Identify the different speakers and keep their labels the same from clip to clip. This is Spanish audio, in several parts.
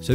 Speaker 1: Se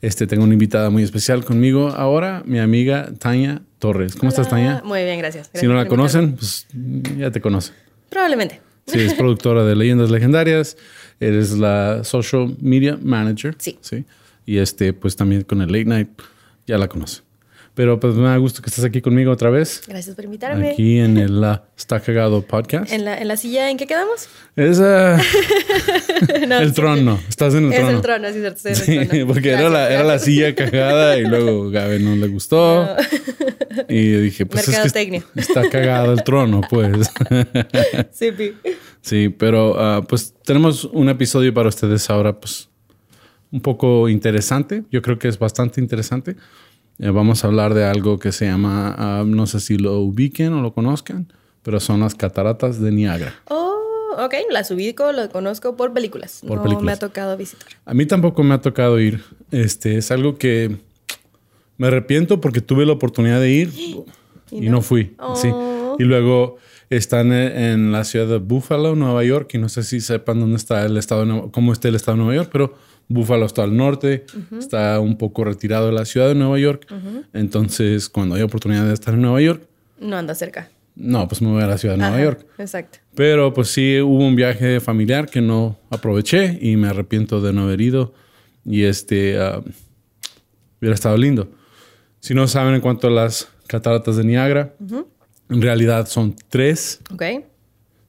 Speaker 1: Este tengo una invitada muy especial conmigo ahora, mi amiga Tania Torres. ¿Cómo estás, Tania?
Speaker 2: Muy bien, gracias.
Speaker 1: Si no la
Speaker 2: Gracias por
Speaker 1: conocen,
Speaker 2: invitarme.
Speaker 1: pues ya te conocen.
Speaker 2: Probablemente.
Speaker 1: Sí, es productora de Leyendas Legendarias. Eres la social media manager.
Speaker 2: Sí.
Speaker 1: Y este, pues también con el late night, ya la conoce. Pero pues me da gusto que estés aquí conmigo otra vez.
Speaker 2: Gracias por invitarme.
Speaker 1: Aquí en el ah, Está Cagado Podcast.
Speaker 2: ¿En, la, ¿En la silla en que quedamos?
Speaker 1: Es ah,
Speaker 2: No,
Speaker 1: el
Speaker 2: sí,
Speaker 1: trono. Estás en el
Speaker 2: Es
Speaker 1: trono.
Speaker 2: el trono, sí, cierto. es
Speaker 1: Sí,
Speaker 2: el trono.
Speaker 1: porque era,
Speaker 2: Gracias,
Speaker 1: la, era la
Speaker 2: gracias.
Speaker 1: silla cagada y luego Gabe no le gustó. Y dije, pues es que
Speaker 2: Mercadotecnia.
Speaker 1: está cagado el trono, pues.
Speaker 2: Sí, pi.
Speaker 1: Sí, pero ah, pues tenemos un episodio para ustedes ahora, pues un poco interesante. Yo creo que es bastante interesante. Eh, vamos a hablar de algo que se llama, ah, no sé si lo ubiquen o lo conozcan, pero son las cataratas de Niágara.
Speaker 2: Oh, ok. Las ubico, las conozco por películas.
Speaker 1: Por
Speaker 2: no me
Speaker 1: películas.
Speaker 2: ha tocado visitar.
Speaker 1: A mí tampoco me ha tocado ir. Este es algo que me arrepiento porque tuve la oportunidad de ir y,
Speaker 2: Y
Speaker 1: no?
Speaker 2: no.
Speaker 1: fui.
Speaker 2: Oh.
Speaker 1: Sí. Y luego están en, en la ciudad de Buffalo, Nueva York, y no sé si sepan dónde está el estado, de Nueva- cómo está el estado de Nueva York, pero Buffalo está al norte, está un poco retirado de la ciudad de Nueva York. Entonces, cuando hay oportunidad de estar en Nueva York,
Speaker 2: No anda cerca.
Speaker 1: no, pues me voy a la ciudad de Nueva
Speaker 2: Ajá,
Speaker 1: York.
Speaker 2: Exacto.
Speaker 1: Pero pues sí, hubo un viaje familiar que no aproveché y me arrepiento de no haber ido. Y este ah, hubiera estado lindo. Si no saben en cuanto a las cataratas de Niágara, en realidad son tres.
Speaker 2: Ok.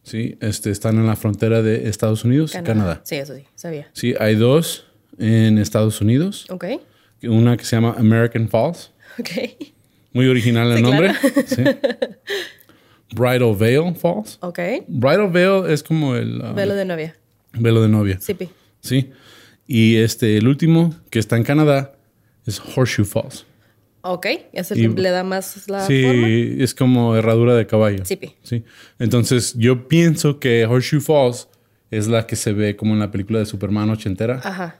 Speaker 1: Sí, este, están en la frontera de Estados Unidos y Canadá.
Speaker 2: Sí, eso sí, sabía.
Speaker 1: Sí, hay dos en Estados Unidos.
Speaker 2: Ok.
Speaker 1: Una que se llama American Falls.
Speaker 2: Ok.
Speaker 1: Muy original el
Speaker 2: Sí,
Speaker 1: nombre.
Speaker 2: claro.
Speaker 1: Sí. Bridal Veil Falls.
Speaker 2: Ok.
Speaker 1: Bridal Veil es como el ah,
Speaker 2: Velo de novia.
Speaker 1: velo de novia.
Speaker 2: Sí, pi.
Speaker 1: Sí. Y este, el último que está en Canadá es Horseshoe Falls.
Speaker 2: Ok. Eso
Speaker 1: Y-
Speaker 2: le da más la
Speaker 1: sí,
Speaker 2: forma.
Speaker 1: es como herradura de caballo.
Speaker 2: Sí, pi.
Speaker 1: Sí. Entonces, yo pienso que Horseshoe Falls es la que se ve como en la película de Superman ochentera.
Speaker 2: Ajá.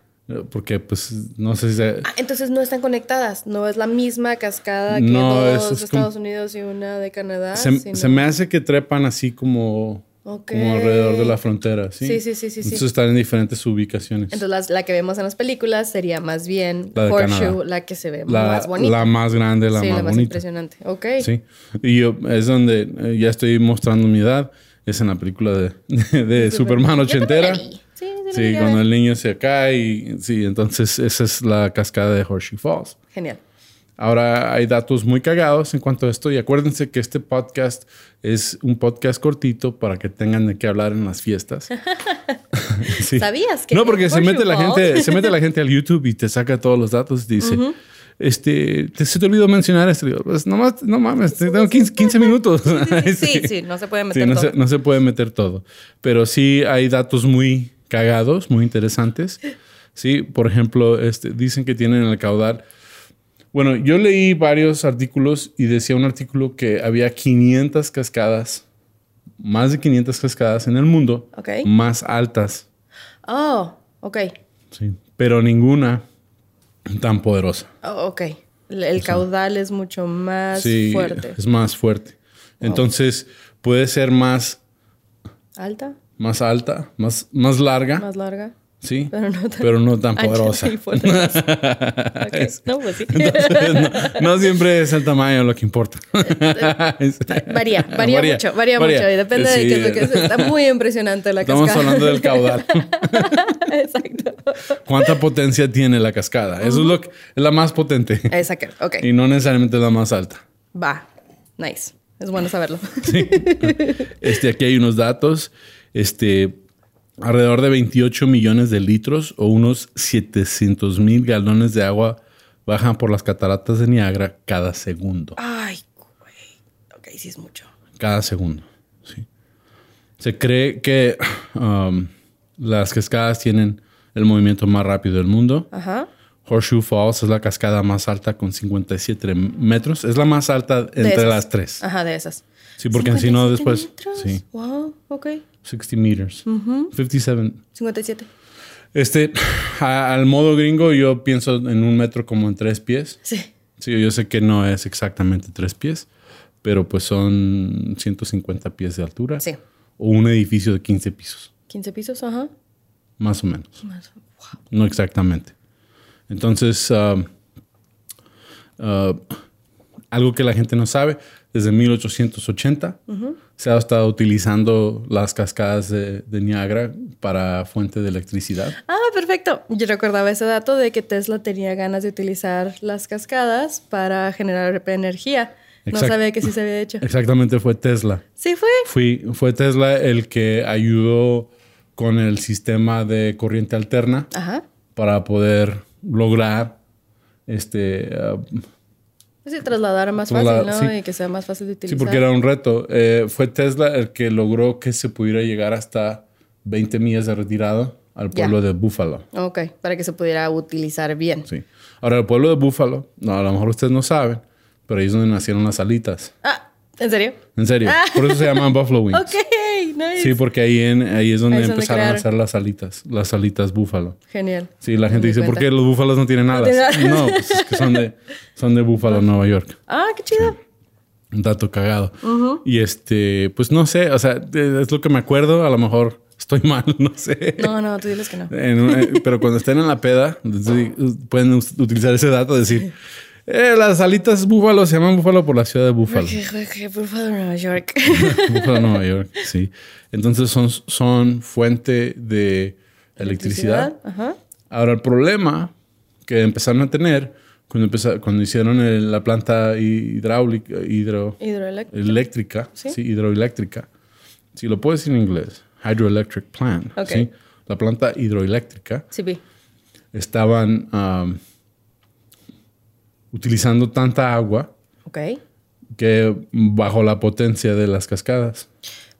Speaker 1: Porque, pues, no sé si... se-
Speaker 2: Ah, entonces no están conectadas, no es la misma cascada que
Speaker 1: No,
Speaker 2: dos
Speaker 1: eso es
Speaker 2: de Estados Unidos y una de Canadá.
Speaker 1: se,
Speaker 2: sino-
Speaker 1: se me hace que trepan así como...
Speaker 2: Ok.
Speaker 1: Como alrededor de la frontera, ¿sí?
Speaker 2: Sí, sí, sí, sí, sí.
Speaker 1: Entonces están en diferentes ubicaciones.
Speaker 2: Entonces las- la que vemos en las películas sería más bien
Speaker 1: La de Canadá.
Speaker 2: Horseshoe, la que se ve
Speaker 1: la,
Speaker 2: más bonita.
Speaker 1: la más grande, la
Speaker 2: sí,
Speaker 1: más
Speaker 2: la más
Speaker 1: bonita.
Speaker 2: impresionante. Ok.
Speaker 1: Sí. Y yo, es donde eh, ya estoy mostrando mi edad. Es en la película de, de- de Superman
Speaker 2: Yo también
Speaker 1: ochentera.
Speaker 2: la vi. Sí, sí, la
Speaker 1: Sí,
Speaker 2: llegué a
Speaker 1: cuando
Speaker 2: ver.
Speaker 1: el niño se cae. Y, sí, entonces esa es la cascada de Horseshoe Falls.
Speaker 2: Genial.
Speaker 1: Ahora hay datos muy cagados en cuanto a esto. Y acuérdense que este podcast es un podcast cortito para que tengan de qué hablar en las fiestas. Sí.
Speaker 2: ¿Sabías que
Speaker 1: No, porque se
Speaker 2: Horseshoe
Speaker 1: mete, la
Speaker 2: Falls-
Speaker 1: gente, se mete la gente al YouTube y te saca todos los datos y dice. Este, te, se te olvidó mencionar esto. Y yo, Pues nomás, no mames, tengo 15, 15 minutos.
Speaker 2: Sí, sí, sí, no se puede meter
Speaker 1: Sí, no,
Speaker 2: todo.
Speaker 1: Se, no se puede meter todo. Pero sí hay datos muy cagados, muy interesantes. Sí, por ejemplo, este, dicen que tienen el caudal. Bueno, yo leí varios artículos y decía un artículo que había 500 cascadas, más de 500 cascadas en el mundo,
Speaker 2: Ok.
Speaker 1: más altas,
Speaker 2: Oh, ok.
Speaker 1: sí, pero ninguna tan poderosa.
Speaker 2: Oh, ok. El, el caudal es mucho más
Speaker 1: Sí,
Speaker 2: fuerte.
Speaker 1: es más fuerte. Entonces, puede ser más,
Speaker 2: Alta,
Speaker 1: más alta, más, más larga.
Speaker 2: más larga.
Speaker 1: Sí,
Speaker 2: Pero no tan-
Speaker 1: pero no tan
Speaker 2: ancha pues.
Speaker 1: poderosa.
Speaker 2: y poderosa. Ok. No, pues sí.
Speaker 1: Entonces, no, no siempre es el tamaño lo que importa.
Speaker 2: Este, Varía, varía, mucho, varía, mucho. Y depende de qué es lo que es. Está muy impresionante la
Speaker 1: Estamos
Speaker 2: cascada.
Speaker 1: hablando del caudal.
Speaker 2: Exacto.
Speaker 1: ¿Cuánta potencia tiene la cascada? Eso es lo que es la más potente
Speaker 2: Exacto. Ok.
Speaker 1: y no necesariamente la más alta.
Speaker 2: Va. Nice. Es bueno saberlo.
Speaker 1: Este, aquí hay unos datos. Este, alrededor de 28 millones de litros o unos 700 mil galones de agua bajan por las cataratas de Niágara cada segundo.
Speaker 2: Ay, güey. Ok, sí es mucho.
Speaker 1: cada segundo. sí. Se cree que um, las cascadas tienen el movimiento más rápido del mundo.
Speaker 2: Ajá.
Speaker 1: Horseshoe Falls es la cascada más alta con 57 metros. Es la más alta entre las tres.
Speaker 2: Ajá, de esas.
Speaker 1: Sí, porque si no después...
Speaker 2: metros?
Speaker 1: Sí,
Speaker 2: Wow, ok.
Speaker 1: 60 meters.
Speaker 2: Ujú.
Speaker 1: 57.
Speaker 2: 57.
Speaker 1: Este, a- al modo gringo yo pienso en un metro como en tres pies.
Speaker 2: Sí.
Speaker 1: Sí, yo sé que no es exactamente tres pies, pero pues son 150 pies de altura.
Speaker 2: Sí.
Speaker 1: O un edificio de 15 pisos,
Speaker 2: 15 pisos, ajá.
Speaker 1: más o menos.
Speaker 2: Más- wow.
Speaker 1: No exactamente. Entonces, um, uh, algo que la gente no sabe, desde 1880 se ha estado utilizando las cascadas de, de Niágara para fuente de electricidad.
Speaker 2: Ah, perfecto. Yo recordaba ese dato de que Tesla tenía ganas de utilizar las cascadas para generar energía. No
Speaker 1: Exacto.
Speaker 2: sabía que sí se había hecho.
Speaker 1: Exactamente fue Tesla.
Speaker 2: Sí fue.
Speaker 1: Fui, fue Tesla el que ayudó con el sistema de corriente alterna
Speaker 2: Ajá.
Speaker 1: para poder lograr este uh,
Speaker 2: Sí, trasladar más
Speaker 1: Trasladar,
Speaker 2: fácil, ¿no?
Speaker 1: sí.
Speaker 2: Y que sea más fácil de
Speaker 1: Sí,
Speaker 2: utilizar.
Speaker 1: porque era un reto. Eh, fue Tesla el que logró que se pudiera llegar hasta 20 millas de retirada al
Speaker 2: Ya.
Speaker 1: pueblo de Búfalo.
Speaker 2: Ok, para que se pudiera utilizar bien.
Speaker 1: Sí. Ahora, el pueblo de Búfalo, no, a lo mejor ustedes no saben, pero ahí es donde nacieron las alitas.
Speaker 2: Ah, ¿en serio?
Speaker 1: En serio.
Speaker 2: Ah.
Speaker 1: Por eso se llaman Buffalo Wings.
Speaker 2: Ok, nice.
Speaker 1: Sí, porque ahí, en, ahí es donde
Speaker 2: Ahí es donde
Speaker 1: empezaron a
Speaker 2: crearon.
Speaker 1: hacer las alitas, las alitas Búfalo.
Speaker 2: Genial.
Speaker 1: Sí, la
Speaker 2: Me
Speaker 1: gente
Speaker 2: di
Speaker 1: dice, ¿por
Speaker 2: cuenta.
Speaker 1: qué los búfalos no tienen alas?
Speaker 2: tienen
Speaker 1: No, pues es que son de, son de Búfalo, Nueva York.
Speaker 2: Ah, qué chido.
Speaker 1: Un dato cagado. Y este, pues no sé, o sea, de- es lo que me acuerdo, a lo mejor estoy mal, no sé.
Speaker 2: No, no, tú diles que no.
Speaker 1: En un- eh, pero cuando estén en la peda, sí, pueden us- utilizar ese dato, decir, "Eh, las alitas búfalo se llaman búfalo por la ciudad de Búfalo.
Speaker 2: Por favor, Nueva York.
Speaker 1: búfalo, Nueva York, sí. Entonces son, son fuente de electricidad.
Speaker 2: Ajá.
Speaker 1: Ahora, el problema que empezaron a tener cuando, empeza- cuando hicieron el- la planta hidráulica, hidro...
Speaker 2: Hidroeléctrica.
Speaker 1: eléctrica, ¿Sí?
Speaker 2: Sí.
Speaker 1: hidroeléctrica. Si lo puedes decir en inglés, hydroelectric plant,
Speaker 2: Ok.
Speaker 1: ¿sí? La planta hidroeléctrica
Speaker 2: Sí, vi.
Speaker 1: estaban am, utilizando tanta agua
Speaker 2: Ok.
Speaker 1: que bajo la potencia de las cascadas.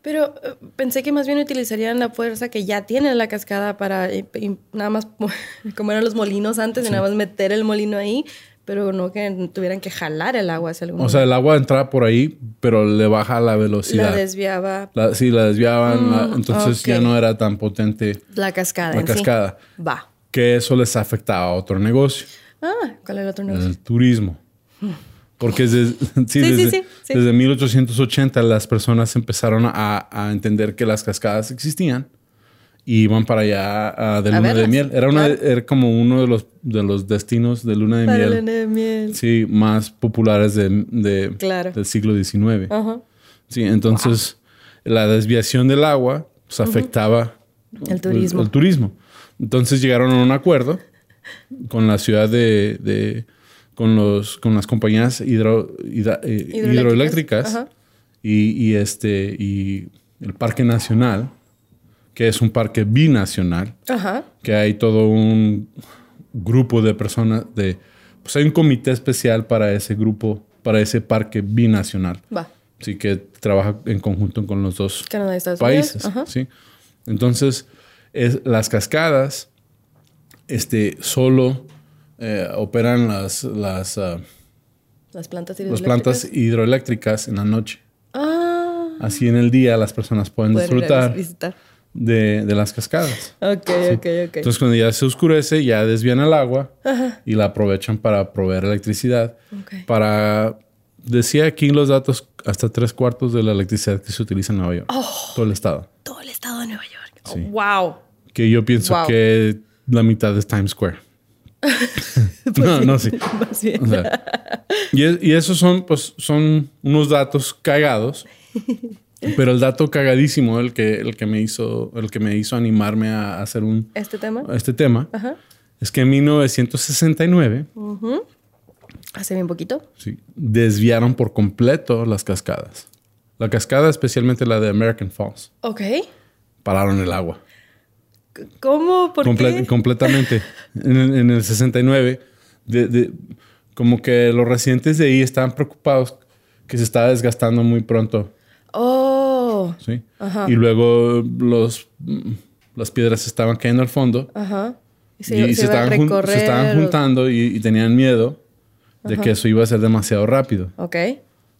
Speaker 2: Pero eh, pensé que más bien utilizarían la fuerza que ya tiene la cascada para eh, y nada más mo- como eran los molinos antes y nada más meter el molino ahí, pero no que tuvieran que jalar el agua hacia algún
Speaker 1: O sea, el agua entraba por ahí, pero le baja la
Speaker 2: La
Speaker 1: velocidad.
Speaker 2: desviaba
Speaker 1: La- sí, la desviaban, la- entonces ya
Speaker 2: ok.
Speaker 1: no era tan potente
Speaker 2: la cascada.
Speaker 1: la
Speaker 2: en sí.
Speaker 1: cascada.
Speaker 2: Va.
Speaker 1: Que eso les afectaba a otro negocio.
Speaker 2: Ah, ¿cuál es el otro nombre?
Speaker 1: El turismo. Porque desde, sí,
Speaker 2: sí,
Speaker 1: desde,
Speaker 2: sí, sí.
Speaker 1: desde 1880 las personas empezaron a, a entender que las cascadas existían y iban para allá ah, de
Speaker 2: A
Speaker 1: luna de
Speaker 2: verlas,
Speaker 1: miel. Era, una,
Speaker 2: claro.
Speaker 1: era como uno de los, de los destinos de luna de
Speaker 2: Para
Speaker 1: miel
Speaker 2: la luna de miel.
Speaker 1: sí, más populares de, de-
Speaker 2: Claro.
Speaker 1: del siglo XIX.
Speaker 2: Ajá.
Speaker 1: Sí, entonces la desviación del agua pues, afectaba
Speaker 2: El turismo.
Speaker 1: El, turismo. Entonces llegaron a un acuerdo con la ciudad de, de- con los con las compañías hidro- hidra- eh,
Speaker 2: Hidroeléctricas.
Speaker 1: hidroeléctricas
Speaker 2: Ajá.
Speaker 1: y, y este y el parque nacional que es un parque binacional
Speaker 2: Ajá.
Speaker 1: que hay todo un grupo de personas de pues hay un comité especial para ese grupo para ese parque binacional
Speaker 2: Va.
Speaker 1: sí que trabaja en conjunto con los dos
Speaker 2: Canadá y Estados
Speaker 1: países,
Speaker 2: Unidos. Ajá.
Speaker 1: ¿sí? Entonces, es- las cascadas este, solo eh, operan las, las, ah,
Speaker 2: Las plantas
Speaker 1: las plantas
Speaker 2: hidroeléctricas.
Speaker 1: hidroeléctricas en la noche.
Speaker 2: Ah.
Speaker 1: Así en el día las personas pueden
Speaker 2: Poder ir a
Speaker 1: disfrutar
Speaker 2: visitar.
Speaker 1: de, de las cascadas.
Speaker 2: Ok, ok, ok.
Speaker 1: Entonces, cuando ya se oscurece, ya desvían el agua y la aprovechan para proveer electricidad.
Speaker 2: Ok.
Speaker 1: Para, decía aquí en los datos, hasta tres cuartos de la electricidad que se utiliza en Nueva York.
Speaker 2: Oh.
Speaker 1: Todo el estado.
Speaker 2: Todo el estado de Nueva York.
Speaker 1: Sí.
Speaker 2: Oh, wow.
Speaker 1: Que yo pienso
Speaker 2: Wow.
Speaker 1: que la mitad es Times Square. no, no, sí.
Speaker 2: Más bien.
Speaker 1: O sea, y, es- y esos son, pues, son unos datos cagados. Pero el dato cagadísimo, el que, el que me hizo, el que me hizo animarme a hacer un
Speaker 2: Este tema.
Speaker 1: a este tema,
Speaker 2: Ajá.
Speaker 1: es que en 1969
Speaker 2: Hace bien poquito.
Speaker 1: sí, desviaron por completo las cascadas. La cascada, especialmente la de American Falls,
Speaker 2: Ok.
Speaker 1: pararon el agua.
Speaker 2: C- ¿Cómo? ¿Por
Speaker 1: Comple-
Speaker 2: qué?
Speaker 1: Completamente. en, el- en el 69, de- de- como que los residentes de ahí estaban preocupados que se estaba desgastando muy pronto.
Speaker 2: Oh.
Speaker 1: ¿sí? Y luego los, mm, las piedras estaban cayendo al fondo
Speaker 2: Ajá.
Speaker 1: Se, y se, se, estaban jun- se, estaban juntando y, y tenían miedo de Ajá. que eso iba a ser demasiado rápido.
Speaker 2: Ok.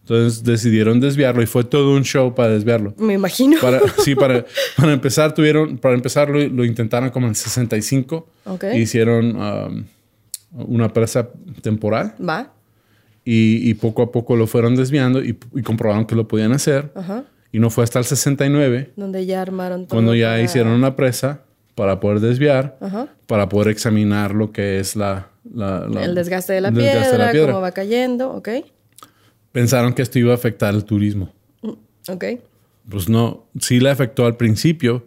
Speaker 1: Entonces decidieron desviarlo y fue todo un show para desviarlo.
Speaker 2: Me imagino.
Speaker 1: Para, sí, para, para empezar tuvieron, para empezar lo, lo intentaron como en 65.
Speaker 2: Ok.
Speaker 1: E hicieron um, una presa temporal
Speaker 2: Va.
Speaker 1: y, y poco a poco lo fueron desviando y, y comprobaron que lo podían hacer.
Speaker 2: Ajá.
Speaker 1: Y no fue hasta el 69
Speaker 2: Donde ya armaron todo.
Speaker 1: cuando ya
Speaker 2: para-
Speaker 1: hicieron una presa para poder desviar,
Speaker 2: Ajá.
Speaker 1: para poder examinar lo que es la... la- la-
Speaker 2: El desgaste de la
Speaker 1: el
Speaker 2: piedra,
Speaker 1: desgaste de la piedra.
Speaker 2: cómo va cayendo. Ok.
Speaker 1: Pensaron que esto iba a afectar el turismo.
Speaker 2: Mm, Ok.
Speaker 1: Pues no, sí le afectó al principio,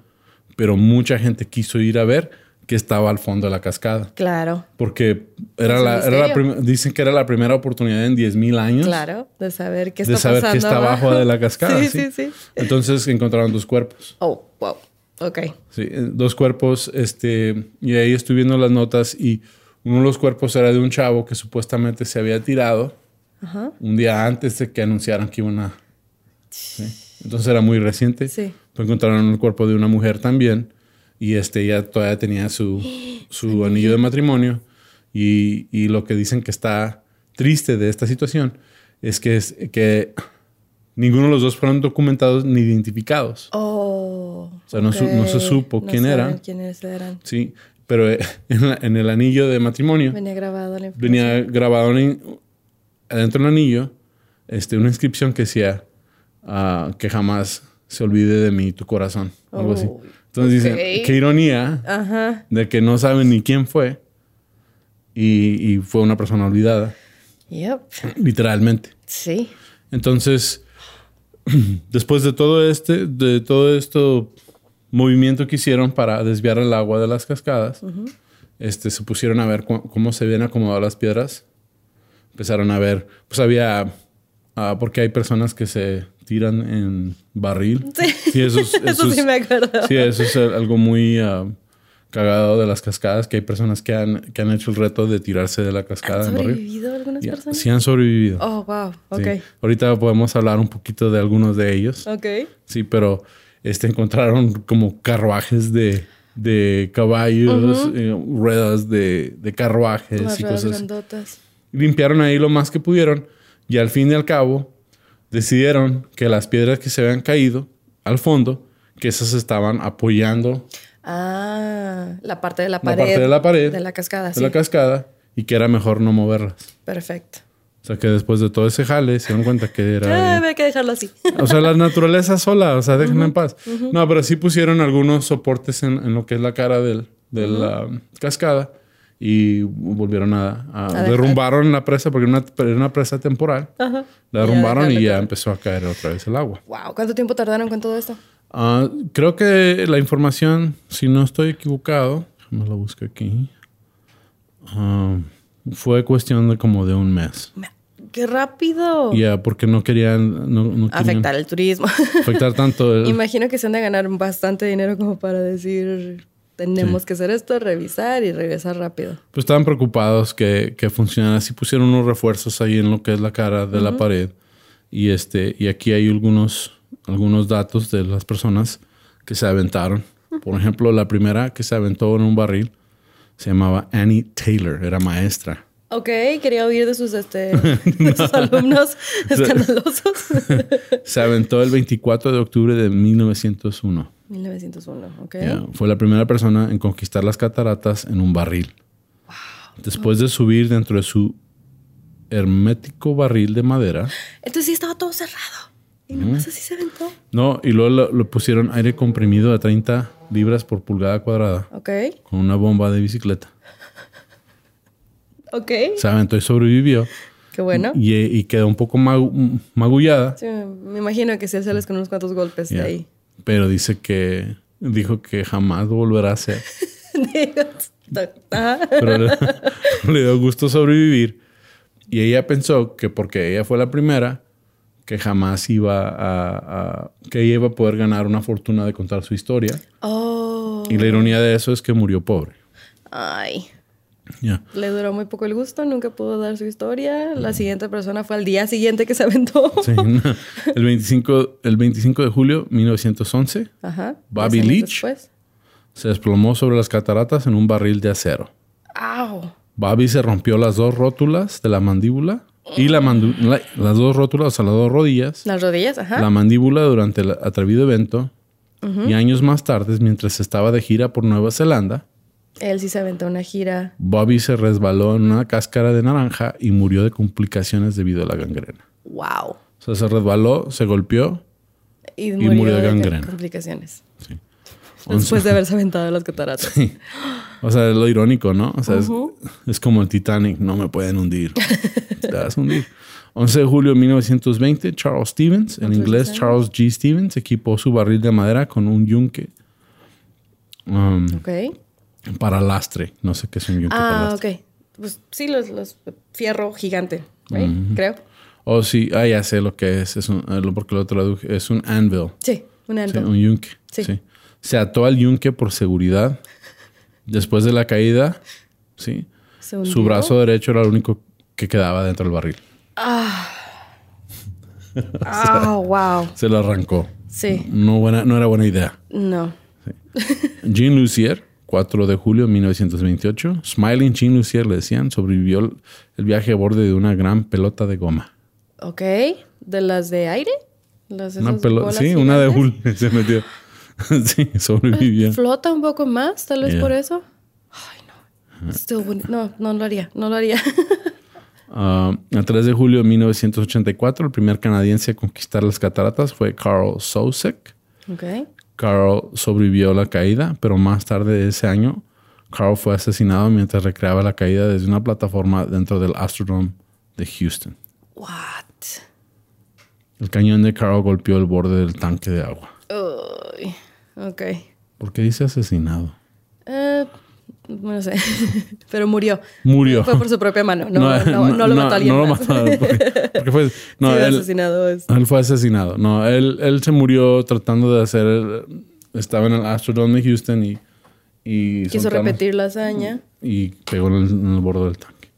Speaker 1: pero mucha gente quiso ir a ver que estaba al fondo de la cascada.
Speaker 2: Claro.
Speaker 1: Porque era
Speaker 2: Es un
Speaker 1: la, era la
Speaker 2: misterio.
Speaker 1: prim- dicen que era la primera oportunidad en 10.000 años
Speaker 2: Claro. De saber qué
Speaker 1: de
Speaker 2: está
Speaker 1: saber
Speaker 2: pasando.
Speaker 1: qué está abajo de la cascada.
Speaker 2: Sí, sí, sí.
Speaker 1: Entonces encontraron dos cuerpos.
Speaker 2: Oh, wow. Ok.
Speaker 1: Sí, eh, dos cuerpos, este, y ahí estoy viendo las notas y uno de los cuerpos era de un chavo que supuestamente se había tirado
Speaker 2: Ajá.
Speaker 1: un día antes de que anunciaran que iban a... sí. Entonces era muy reciente.
Speaker 2: Sí.
Speaker 1: Pues encontraron el cuerpo de una mujer también y este, ella todavía tenía su, su anillo de matrimonio y, y lo que dicen que está triste de esta situación es que, es que ninguno de los dos fueron documentados ni identificados.
Speaker 2: Oh. O
Speaker 1: sea, no su- no se supo quién era.
Speaker 2: quiénes eran.
Speaker 1: Sí, pero eh, en, la- en el anillo de matrimonio
Speaker 2: Venía grabado la información.
Speaker 1: venía grabado en- adentro del anillo este, una inscripción que decía ah, que jamás se olvide de mí tu corazón, o algo así.
Speaker 2: Oh,
Speaker 1: Entonces
Speaker 2: ok.
Speaker 1: dicen, qué ironía
Speaker 2: Ajá.
Speaker 1: de que no saben ni quién fue y, y fue una persona olvidada,
Speaker 2: Yep.
Speaker 1: literalmente.
Speaker 2: Sí.
Speaker 1: Entonces, después de todo este, de todo esto movimiento que hicieron para desviar el agua de las cascadas, este, se pusieron a ver cu- cómo se habían acomodado las piedras. Empezaron a ver, pues había, ah, porque hay personas que se tiran en barril.
Speaker 2: Sí.
Speaker 1: eso, es-
Speaker 2: Eso sí
Speaker 1: es-
Speaker 2: me acuerdo.
Speaker 1: sí, eso es algo muy ah, cagado de las cascadas, que hay personas que han, que han hecho el reto de tirarse de la cascada en barril.
Speaker 2: ¿Sobrevivido algunas
Speaker 1: Ya,
Speaker 2: personas?
Speaker 1: Sí han sobrevivido.
Speaker 2: Oh, wow.
Speaker 1: Sí.
Speaker 2: Ok.
Speaker 1: Ahorita podemos hablar un poquito de algunos de ellos.
Speaker 2: Ok.
Speaker 1: Sí, pero este encontraron como carruajes de, de caballos, eh, ruedas de, de carruajes
Speaker 2: Las
Speaker 1: y
Speaker 2: ruedas
Speaker 1: cosas. así.
Speaker 2: grandotas.
Speaker 1: Limpiaron ahí lo más que pudieron y al fin y al cabo decidieron que las piedras que se habían caído al fondo, que esas estaban apoyando
Speaker 2: Ah, la parte de la
Speaker 1: la
Speaker 2: pared.
Speaker 1: parte de la pared
Speaker 2: De la cascada,
Speaker 1: de
Speaker 2: Ah, sí.
Speaker 1: la cascada y que era mejor no moverlas.
Speaker 2: Perfecto.
Speaker 1: O sea que después de todo ese jale se dieron cuenta que era...
Speaker 2: Ah, había que dejarlo así.
Speaker 1: O sea, la naturaleza sola, o sea, déjenme en paz. No, pero sí pusieron algunos soportes en, en lo que es la cara del, de la um, cascada y volvieron a... a-
Speaker 2: dejar.
Speaker 1: derrumbaron la presa porque era una, era una presa temporal.
Speaker 2: Ajá.
Speaker 1: La derrumbaron
Speaker 2: dejarlo
Speaker 1: y ya
Speaker 2: caer.
Speaker 1: empezó a caer otra vez el agua.
Speaker 2: Wow. ¿Cuánto tiempo tardaron con todo esto?
Speaker 1: Ah, creo que la información, si no estoy equivocado, déjame la busco aquí, Ah, fue cuestión de como de un mes.
Speaker 2: Me- ¡Qué rápido!
Speaker 1: Ya, porque no querían... No, no querían
Speaker 2: Afectar el turismo.
Speaker 1: afectar tanto el,
Speaker 2: Imagino que se han de ganar bastante dinero como para decir, tenemos que hacer esto, revisar y regresar rápido.
Speaker 1: Pues estaban preocupados que, que funcionara así. Pusieron unos refuerzos ahí en lo que es la cara de la pared. Y este, y aquí hay algunos, algunos datos de las personas que se aventaron. Por ejemplo, la primera que se aventó en un barril se llamaba Annie Taylor, era maestra.
Speaker 2: Ok, quería oír de sus, este, de sus alumnos escandalosos.
Speaker 1: Se aventó el 24 de octubre de 1901.
Speaker 2: 1901, ok.
Speaker 1: Ya, Fue la primera persona en conquistar las cataratas en un barril. Después de subir dentro de su hermético barril de madera.
Speaker 2: Entonces sí estaba todo cerrado. Y nomás así se aventó.
Speaker 1: No, y luego lo, lo pusieron aire comprimido a 30 libras por pulgada cuadrada
Speaker 2: Ok,
Speaker 1: con una bomba de bicicleta.
Speaker 2: ok.
Speaker 1: Se aventó y sobrevivió
Speaker 2: Qué bueno.
Speaker 1: y, y quedó un poco magu- magullada.
Speaker 2: Sí, me imagino que sí sales con unos cuantos golpes de
Speaker 1: Ya.
Speaker 2: ahí.
Speaker 1: Pero dice que dijo que jamás lo volverá a hacer.
Speaker 2: Ajá.
Speaker 1: Pero le, le dio gusto sobrevivir. Y ella pensó que porque ella fue la primera, que jamás iba a- a que ella iba a poder ganar una fortuna de contar su historia.
Speaker 2: oh,
Speaker 1: Y la ironía de eso es que murió pobre.
Speaker 2: ay.
Speaker 1: Ya.
Speaker 2: Le duró muy poco el gusto, nunca pudo dar su historia. La siguiente persona fue al día siguiente que se aventó.
Speaker 1: Mm. Sí, el, 25, el 25 de julio 1911,
Speaker 2: Ajá.
Speaker 1: Bobby
Speaker 2: Dos años
Speaker 1: Leach.
Speaker 2: Después.
Speaker 1: Se desplomó sobre las cataratas en un barril de acero.
Speaker 2: ¡Au!
Speaker 1: Bobby se rompió las dos rótulas de la mandíbula y la mandu- la- las dos rótulas, o sea, las dos rodillas,
Speaker 2: Las rodillas, ajá.
Speaker 1: la mandíbula durante el atrevido evento. Y años más tarde, mientras estaba de gira por Nueva Zelanda,
Speaker 2: Él sí se aventó una gira.
Speaker 1: Bobby se resbaló en una cáscara de naranja y murió de complicaciones debido a la gangrena.
Speaker 2: ¡Wow!
Speaker 1: O sea, se resbaló, se golpeó.
Speaker 2: Y
Speaker 1: murió
Speaker 2: murió,
Speaker 1: de
Speaker 2: de
Speaker 1: gangrena.
Speaker 2: complicaciones.
Speaker 1: Sí.
Speaker 2: Después de haberse aventado las cataratas.
Speaker 1: O sea, es lo irónico, ¿no? O sea, es- es, como el Titanic, no me pueden hundir. Te vas a hundir. 11 de julio de 1920, Charles Stevens, en inglés Charles G. Stevens, equipó su barril de madera con un yunque um,
Speaker 2: ok.
Speaker 1: para lastre. No sé qué es un yunque para
Speaker 2: Ah,
Speaker 1: lastre.
Speaker 2: ok. Pues sí, los, los fierro gigante, right? creo.
Speaker 1: Oh, sí, ah, ya sé lo que es, es un- eh, lo- porque lo traduje, es un anvil,
Speaker 2: Sí, un
Speaker 1: Sí,
Speaker 2: anvil.
Speaker 1: un yunque.
Speaker 2: Sí.
Speaker 1: sí. Se ató al yunque por seguridad. Después de la caída, sí,
Speaker 2: Se hundió.
Speaker 1: Su brazo derecho era lo único que quedaba dentro del barril.
Speaker 2: Ah, wow.
Speaker 1: Se lo arrancó.
Speaker 2: Sí,
Speaker 1: No, buena, no era buena idea.
Speaker 2: no.
Speaker 1: Jean Lucier, 4 de julio de 1928. Smiling Jean Lucier, le decían, sobrevivió el- el viaje a borde de una gran pelota de goma.
Speaker 2: Ok. ¿De las de aire? Las
Speaker 1: Una
Speaker 2: esas
Speaker 1: pelo-
Speaker 2: bolas
Speaker 1: sí, una de
Speaker 2: gigantes.
Speaker 1: Hull se metió. sí, sobrevivió.
Speaker 2: Flota un poco más, tal vez
Speaker 1: Yeah.
Speaker 2: por eso. Ay, no. Still wouldn't- No, no lo haría, no lo haría.
Speaker 1: Ah, a 3 de julio de 1984, el primer canadiense a conquistar las cataratas fue Carl Sosek.
Speaker 2: ok.
Speaker 1: Carl sobrevivió la caída, pero más tarde de ese año, Carl fue asesinado mientras recreaba la caída desde una plataforma dentro del Astrodome de Houston.
Speaker 2: What?
Speaker 1: El cañón de Carl golpeó el borde del tanque de agua.
Speaker 2: Uy, ok.
Speaker 1: ¿Por qué dice asesinado?
Speaker 2: Eh, no sé. Pero murió.
Speaker 1: Murió.
Speaker 2: Fue por su propia mano. Pues, No, no, no, lo mató alguien.
Speaker 1: No lo
Speaker 2: más.
Speaker 1: mató. Porque, porque fue, no,
Speaker 2: Sí, el
Speaker 1: él,
Speaker 2: asesinado es.
Speaker 1: él fue asesinado. No, él, él se murió tratando de hacer... el- estaba en el Astrodome de Houston y... y
Speaker 2: Quiso
Speaker 1: soltaron-
Speaker 2: repetir la hazaña.
Speaker 1: y pegó en el, en el borde del tanque.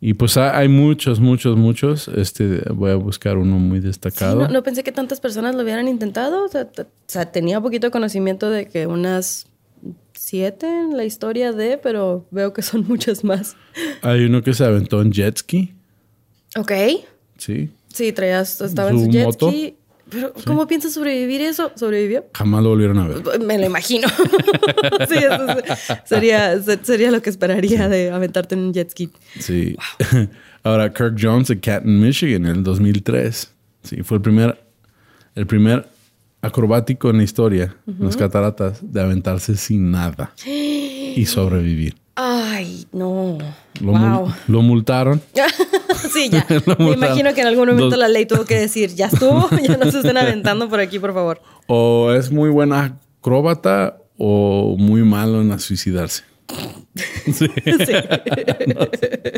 Speaker 1: Y pues ha- hay muchos, muchos, muchos. Este, voy a buscar uno muy
Speaker 2: Sí,
Speaker 1: destacado.
Speaker 2: no, no pensé que tantas personas lo hubieran intentado. O sea, t- o sea, tenía poquito conocimiento de que unas siete en la historia de, pero veo que son muchas más.
Speaker 1: Hay uno que se aventó en jet ski,
Speaker 2: Ok.
Speaker 1: ¿sí?
Speaker 2: Sí, traías, estaba en
Speaker 1: ¿Su
Speaker 2: su jet
Speaker 1: moto?
Speaker 2: ski. Pero, ¿cómo piensas sobrevivir eso? ¿Sobrevivió?
Speaker 1: Jamás lo volvieron a ver.
Speaker 2: Me lo imagino. sí, eso se- sería, se- sería lo que esperaría de aventarte en un jet ski.
Speaker 1: Sí. Ahora, Kirk Jones de Canton, Michigan, en el 2003. Sí, fue el primer, el primer acrobático en la historia, en las cataratas, de aventarse sin nada y sobrevivir.
Speaker 2: Ay, no.
Speaker 1: Lo, mul-
Speaker 2: wow.
Speaker 1: lo multaron.
Speaker 2: sí, ya.
Speaker 1: Lo
Speaker 2: Me
Speaker 1: multaron.
Speaker 2: imagino que en algún momento
Speaker 1: Dos-
Speaker 2: la ley tuvo que decir, ya estuvo, ya no se estén aventando por aquí, por favor.
Speaker 1: O es muy buena acróbata o muy malo en suicidarse.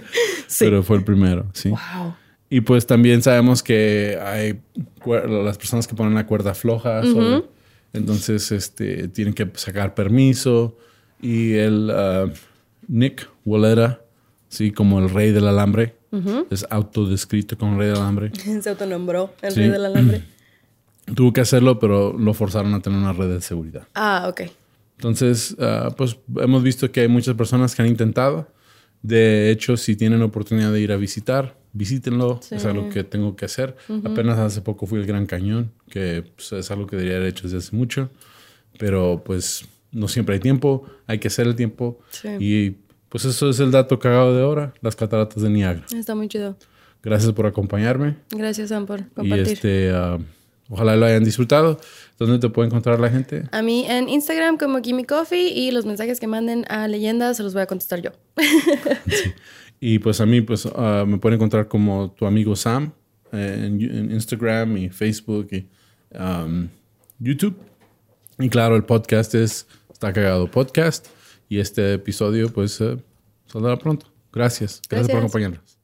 Speaker 2: Sí.
Speaker 1: Pero fue el primero, sí.
Speaker 2: Wow.
Speaker 1: Y pues también sabemos que hay cuer- las personas que ponen la cuerda floja. sobre- entonces, este, tienen que sacar permiso. Y el ah, Nick Wallera, sí, como el rey del alambre, es autodescrito como rey del alambre.
Speaker 2: Se autonombró el
Speaker 1: Sí.
Speaker 2: rey del alambre.
Speaker 1: Tuvo que hacerlo, pero lo forzaron a tener una red de seguridad.
Speaker 2: Ah, ok.
Speaker 1: Entonces, ah, pues hemos visto que hay muchas personas que han intentado. De hecho, si tienen oportunidad de ir a visitar, visítenlo. Es algo que tengo que hacer. Apenas hace poco fui al Gran Cañón, que pues, es algo que debería haber hecho desde hace mucho. Pero pues no siempre hay tiempo, hay que hacer el tiempo.
Speaker 2: Sí.
Speaker 1: Y pues eso es el dato cagado de ahora, las cataratas de Niagara.
Speaker 2: Está muy chido.
Speaker 1: Gracias por acompañarme.
Speaker 2: Gracias, Sam, por
Speaker 1: Y
Speaker 2: compartir.
Speaker 1: este, ah, ojalá lo hayan disfrutado. ¿Dónde te puede encontrar la gente?
Speaker 2: A mí en Instagram como Gimme Coffee y los mensajes que manden a leyendas se los voy a contestar yo.
Speaker 1: Y pues a mí, pues ah, me pueden encontrar como tu amigo Sam eh, en, Yu- en Instagram y Facebook y um, YouTube. Y claro, el podcast es Está Cagado Podcast. Y este episodio, pues, eh, saldrá pronto. Gracias. Gracias por
Speaker 2: Gracias.
Speaker 1: acompañarnos.